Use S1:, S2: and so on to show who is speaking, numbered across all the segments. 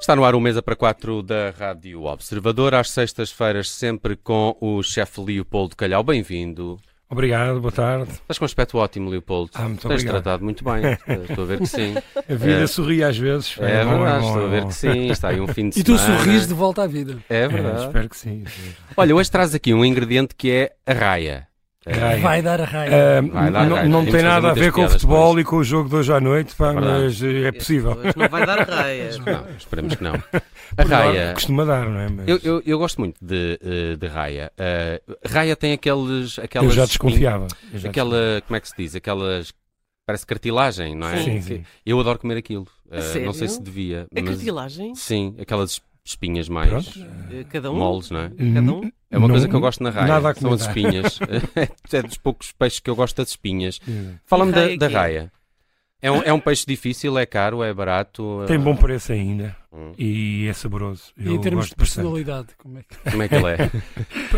S1: Está no ar o Mesa para Quatro da Rádio Observador, às sextas-feiras, sempre com o chefe Leopoldo Calhau. Bem-vindo.
S2: Obrigado, boa tarde.
S1: Estás com um aspecto ótimo, Leopoldo.
S2: Ah, muito
S1: Tens
S2: obrigado.
S1: tratado muito bem. Estou a ver que sim.
S2: A vida
S1: É.
S2: sorri às vezes.
S1: É
S2: bom,
S1: verdade,
S2: bom,
S1: estou a
S2: é
S1: ver
S2: bom.
S1: que sim. Está aí um fim de
S3: E tu
S1: semana.
S3: sorris de volta à vida.
S1: É
S2: É,
S1: verdade.
S2: espero que sim.
S1: Olha, hoje traz aqui um ingrediente que é a raia.
S2: Raia.
S3: Vai dar a raia.
S2: Ah,
S1: Vai lá,
S2: não-
S1: vai. Temos
S2: não tem
S1: que fazer
S2: nada a
S1: muitas
S2: ver com o
S1: piadas
S2: futebol
S1: com
S2: e com o jogo de hoje à noite, pá,
S1: É verdade.
S2: mas eh, é possível.
S4: Hoje não vai dar raia.
S1: É, Não, esperemos que não. A raia.
S2: Costuma dar, não é? Mas
S1: Eu, eu- eu gosto muito de, eh, de raia. Eh, raia tem aqueles. Aquelas
S2: eu já
S1: espinhas-
S2: desconfiava. Eu já
S1: Aquela, como é que se diz? Aquelas. Parece cartilagem, não é?
S2: desconfiava. Sim, sim.
S1: Eu adoro comer aquilo. Uh,
S4: sério?
S1: não sei se devia.
S4: É
S1: mas-
S4: cartilagem?
S1: Sim, aquelas espinhas mais
S2: Pronto. Eh,
S4: Eh, Cada um?
S1: moles, não é?
S4: Cada um?
S1: É uma
S2: Não-
S1: coisa que eu gosto na raia.
S2: nada a
S1: São as
S2: comentar.
S1: espinhas. é dos poucos peixes que eu gosto das espinhas.
S2: Eh,
S1: Fala-me da,
S4: raia
S1: da
S4: que é?
S1: raia. É um, é um peixe difícil, é caro, é barato.
S2: Tem
S1: uh,
S2: bom preço ainda
S1: hum,
S2: e é saboroso.
S3: E
S2: Eu
S3: em termos de
S2: gosto bastante.
S3: personalidade, como é que
S1: Como é que ele é?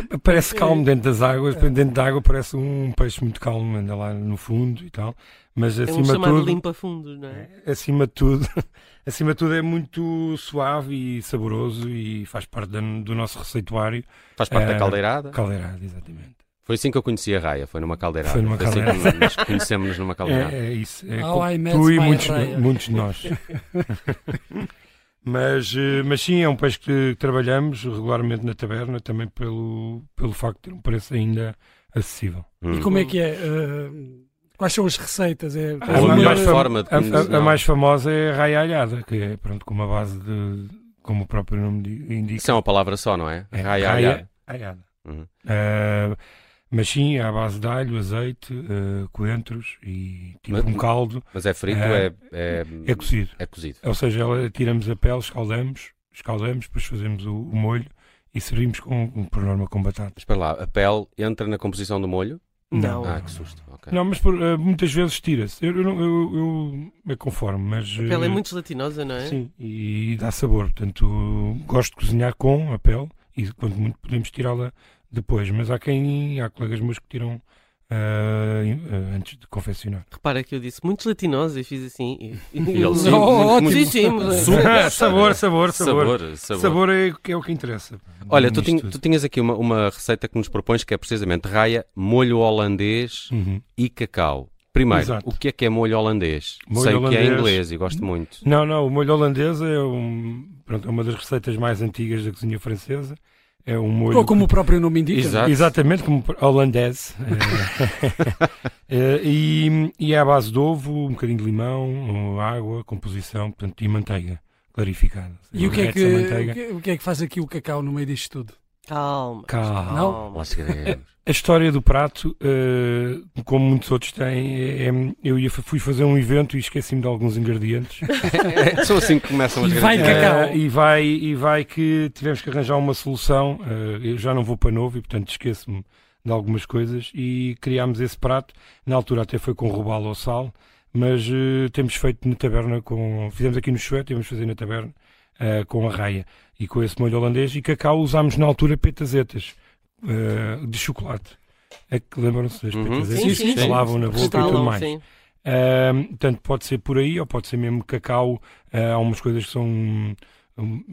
S2: Pa- Parece calmo dentro das águas, dentro da água parece um peixe muito calmo, anda lá no fundo e tal. Mas
S4: É um
S2: acima de
S4: chamado
S2: tudo,
S4: limpa-fundos, não é?
S2: acima de tudo, acima de tudo é muito suave e saboroso e faz parte da- do nosso receituário.
S1: Faz parte da
S2: É,
S1: caldeirada?
S2: Caldeirada, exatamente.
S1: Foi assim que eu conheci a raia, foi numa caldeirada.
S2: Foi numa
S1: assim que nos conhecemos numa caldeirada.
S2: É, é isso. É
S3: How
S2: com
S3: I Met
S2: tu e
S3: My
S2: muitos,
S3: Raya.
S2: muitos de nós. mas, eh, mas sim, é um peixe que trabalhamos regularmente na taberna, também pelo, pelo facto de ter um preço ainda acessível.
S3: é? E
S1: Hum.
S3: como é que é? Ah, quais são as receitas? É,
S2: Ah,
S1: Ou
S2: a
S1: a melhor
S2: mais fam-
S1: forma de
S2: A, a- a
S1: não.
S2: mais famosa é a raia alhada, que é pronto, com uma base de, como o próprio nome di- indica,
S1: Isso é uma palavra só, não é?
S2: É,
S1: Raia,
S2: raia.
S1: raia.
S2: alhada.
S1: Uhum.
S2: Ah, mas sim, é à base de alho, azeite, ah, coentros e tipo
S1: Mas-
S2: um caldo,
S1: Mas é frito, é,
S2: É.
S1: é,
S2: é cozido.
S1: é cozido.
S2: Ou seja, ela, tiramos a pele, escaldamos, escaldamos, depois fazemos o, o molho e servimos com, com- por norma com batata.
S1: Mas espera lá, a pele entra na composição do molho?
S3: Oh.
S4: Não.
S1: Ah, que susto. ok.
S2: Não, mas por, eh, muitas vezes tira-se. Eu, eu, não- eu, eu me conformo, mas.
S4: A pele é
S2: eh,
S4: muito gelatinosa, não é?
S2: Sim, e dá sabor. Portanto, gosto de cozinhar com a pele e, quanto muito, podemos tirá-la depois. Mas há quem. Há colegas meus que tiram ah, em- ah, antes de confeccionar.
S4: Repara que eu disse muito gelatinosa e fiz assim. E,
S1: E
S3: Oh,
S1: ele sim,
S4: Não,
S1: muito,
S4: sim,
S1: muito-
S4: sim, mas-
S1: Suco.
S2: sabor, sabor, sabor. Sabor, Hum,
S1: Sabor, sabor.
S2: é, que é o que interessa.
S1: Olha, tu,
S2: Nisto
S1: tin-
S2: tudo.
S1: tu tinhas aqui uma, uma receita que nos propões que é precisamente raia, molho holandês
S2: Uhum.
S1: e cacau. Primeiro,
S2: Exato.
S1: o que é que é molho holandês?
S2: Molho
S1: Sei que é
S2: holandês.
S1: inglês e gosto muito.
S2: Não, não, o molho holandês é, um, pronto, é uma das receitas mais antigas da cozinha francesa. É um molho.
S3: Ou como o próprio nome indica.
S1: Exato.
S2: Exatamente, como holandês. É. É, e, e é à base de ovo, um bocadinho de limão, água, composição portanto, e manteiga clarificada.
S3: E o que, é que,
S2: Derrete-se a
S3: o,
S2: manteiga.
S3: que, o que é que faz aqui o cacau no meio disto tudo?
S4: Calma.
S2: Calma.
S4: Calma.
S2: A história do prato, eh, como muitos outros têm, é- é- eu ia, fui fazer um evento e esqueci-me de alguns ingredientes.
S1: São assim que começam as
S3: E vai
S1: grandes-
S3: cacau.
S2: Eh, e, vai, e vai que tivemos que arranjar uma solução. eh, eu já não vou para novo e, portanto, esqueço-me de algumas coisas. E criámos esse prato. Na altura até foi com robalo ou sal, mas eh, temos feito na taberna com. Fizemos aqui no Chueto e vamos fazer na taberna eh, com a raia e com esse molho holandês. E cacau usámos na altura petazetas eh, de chocolate. É que lembram-se das
S1: Uhum.
S2: petazetas
S4: Sim, sim,
S2: que
S4: sim.
S2: instalavam na boca e tudo
S4: Estalam,
S2: mais.
S4: um sim.
S2: Ahm, portanto, pode ser por aí ou pode ser mesmo cacau. Ah, há umas coisas que são hum,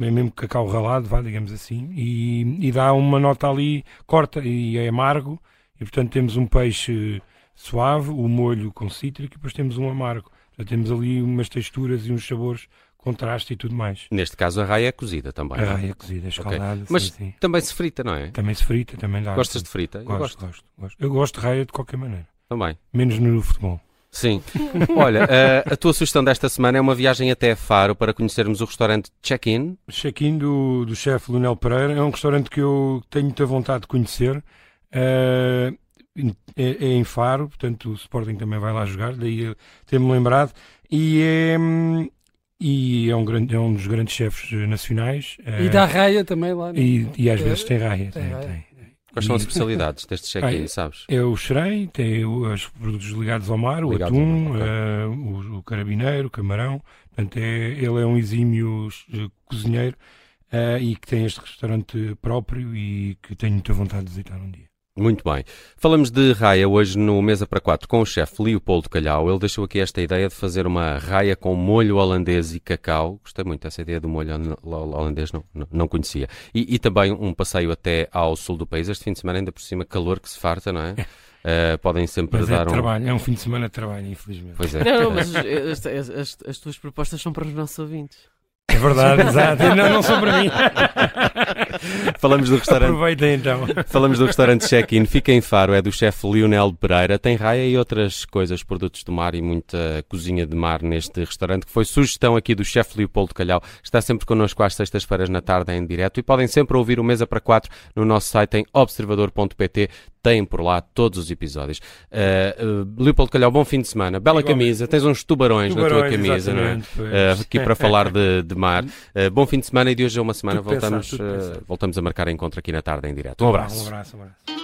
S2: é mesmo cacau ralado, vá, digamos assim, e, e dá uma nota ali, corta e é amargo. E portanto, temos um peixe suave, o molho com cítrico e depois temos um amargo. Portanto, temos ali umas texturas e uns sabores, contraste e tudo mais.
S1: Neste caso, a raia é cozida também.
S2: A raia cozida, escaldada,
S1: Mas
S2: sim, sim.
S1: também se frita, não é?
S2: também se frita, também dá.
S1: Gostas de frita? Eu
S2: Gosto,
S1: gosto
S2: gosto, gosto. Eu gosto de raia de qualquer maneira,
S1: também.
S2: menos no futebol.
S1: Sim. Olha, eh, a, a tua sugestão desta semana é uma viagem até Faro para conhecermos o restaurante Check-in.
S2: check-in do, do chefe Lunel Pereira. É um restaurante que eu tenho muita vontade de conhecer. Ah, é, é em Faro, portanto o Sporting também vai lá jogar, daí eu ter-me lembrado. E é, hum, e é um, grande, é um dos grandes chefes nacionais.
S3: E
S2: ah,
S3: dá raia também lá. não é?
S2: e, e às
S3: É,
S2: vezes tem raia.
S3: tem
S2: tem-
S3: raia.
S2: tem.
S1: Quais são as
S2: E-
S1: especialidades deste check-in,
S2: Ah,
S1: sabes?
S2: É o xerém, tem o- os produtos ligados ao mar, o
S1: Ligados ao
S2: atum,
S1: mar, ok.
S2: eh, o, o carabineiro, o camarão. Portanto, é, ele é um exímio eh, cozinheiro eh, e que tem este restaurante próprio e que tenho muita vontade de visitar um dia.
S1: Muito bem. Falamos de raia hoje no Mesa para Quatro com o chefe Leopoldo Calhau. Ele deixou aqui esta ideia de fazer uma raia com molho holandês e cacau. Gostei muito dessa ideia do molho hol- hol- holandês, não, não- não conhecia. E, e também um passeio até ao sul do país. Este fim de semana, ainda por cima, calor que se farta, não é? Eh, podem sempre
S2: Mas é
S1: dar
S2: de
S1: um.
S2: trabalho, é um fim de semana de trabalho, infelizmente.
S1: Pois é.
S4: Não, não, mas as, as- as- as tuas propostas são para os nossos ouvintes.
S2: É verdade, exato. Não, não sou para mim.
S1: Falamos do restaurante.
S2: Aproveitem então.
S1: Falamos do restaurante check-in, fica em Faro, é do chefe Lionel Pereira. Tem raia e outras coisas, produtos do mar e muita cozinha de mar neste restaurante, que foi sugestão aqui do chefe Leopoldo Calhau. Está sempre connosco às sextas-feiras na tarde em direto e podem sempre ouvir o Mesa para Quatro no nosso site em observador.pt. Têm por lá todos os episódios. Eh, eh, Leopoldo Calhau, bom fim de semana. Bela
S2: Igualmente.
S1: camisa, tens uns tubarões, na tua
S2: Tubarões,
S1: camisa, não é?
S2: exatamente, pois.
S1: Eh, aqui para falar de, de mar. Eh, bom fim de semana e de hoje a uma semana
S2: Tudo
S1: voltamos,
S2: pensado, tudo
S1: eh,
S2: pensado.
S1: voltamos a marcar encontro aqui na tarde em direto. Um abraço.
S2: Um abraço, um abraço.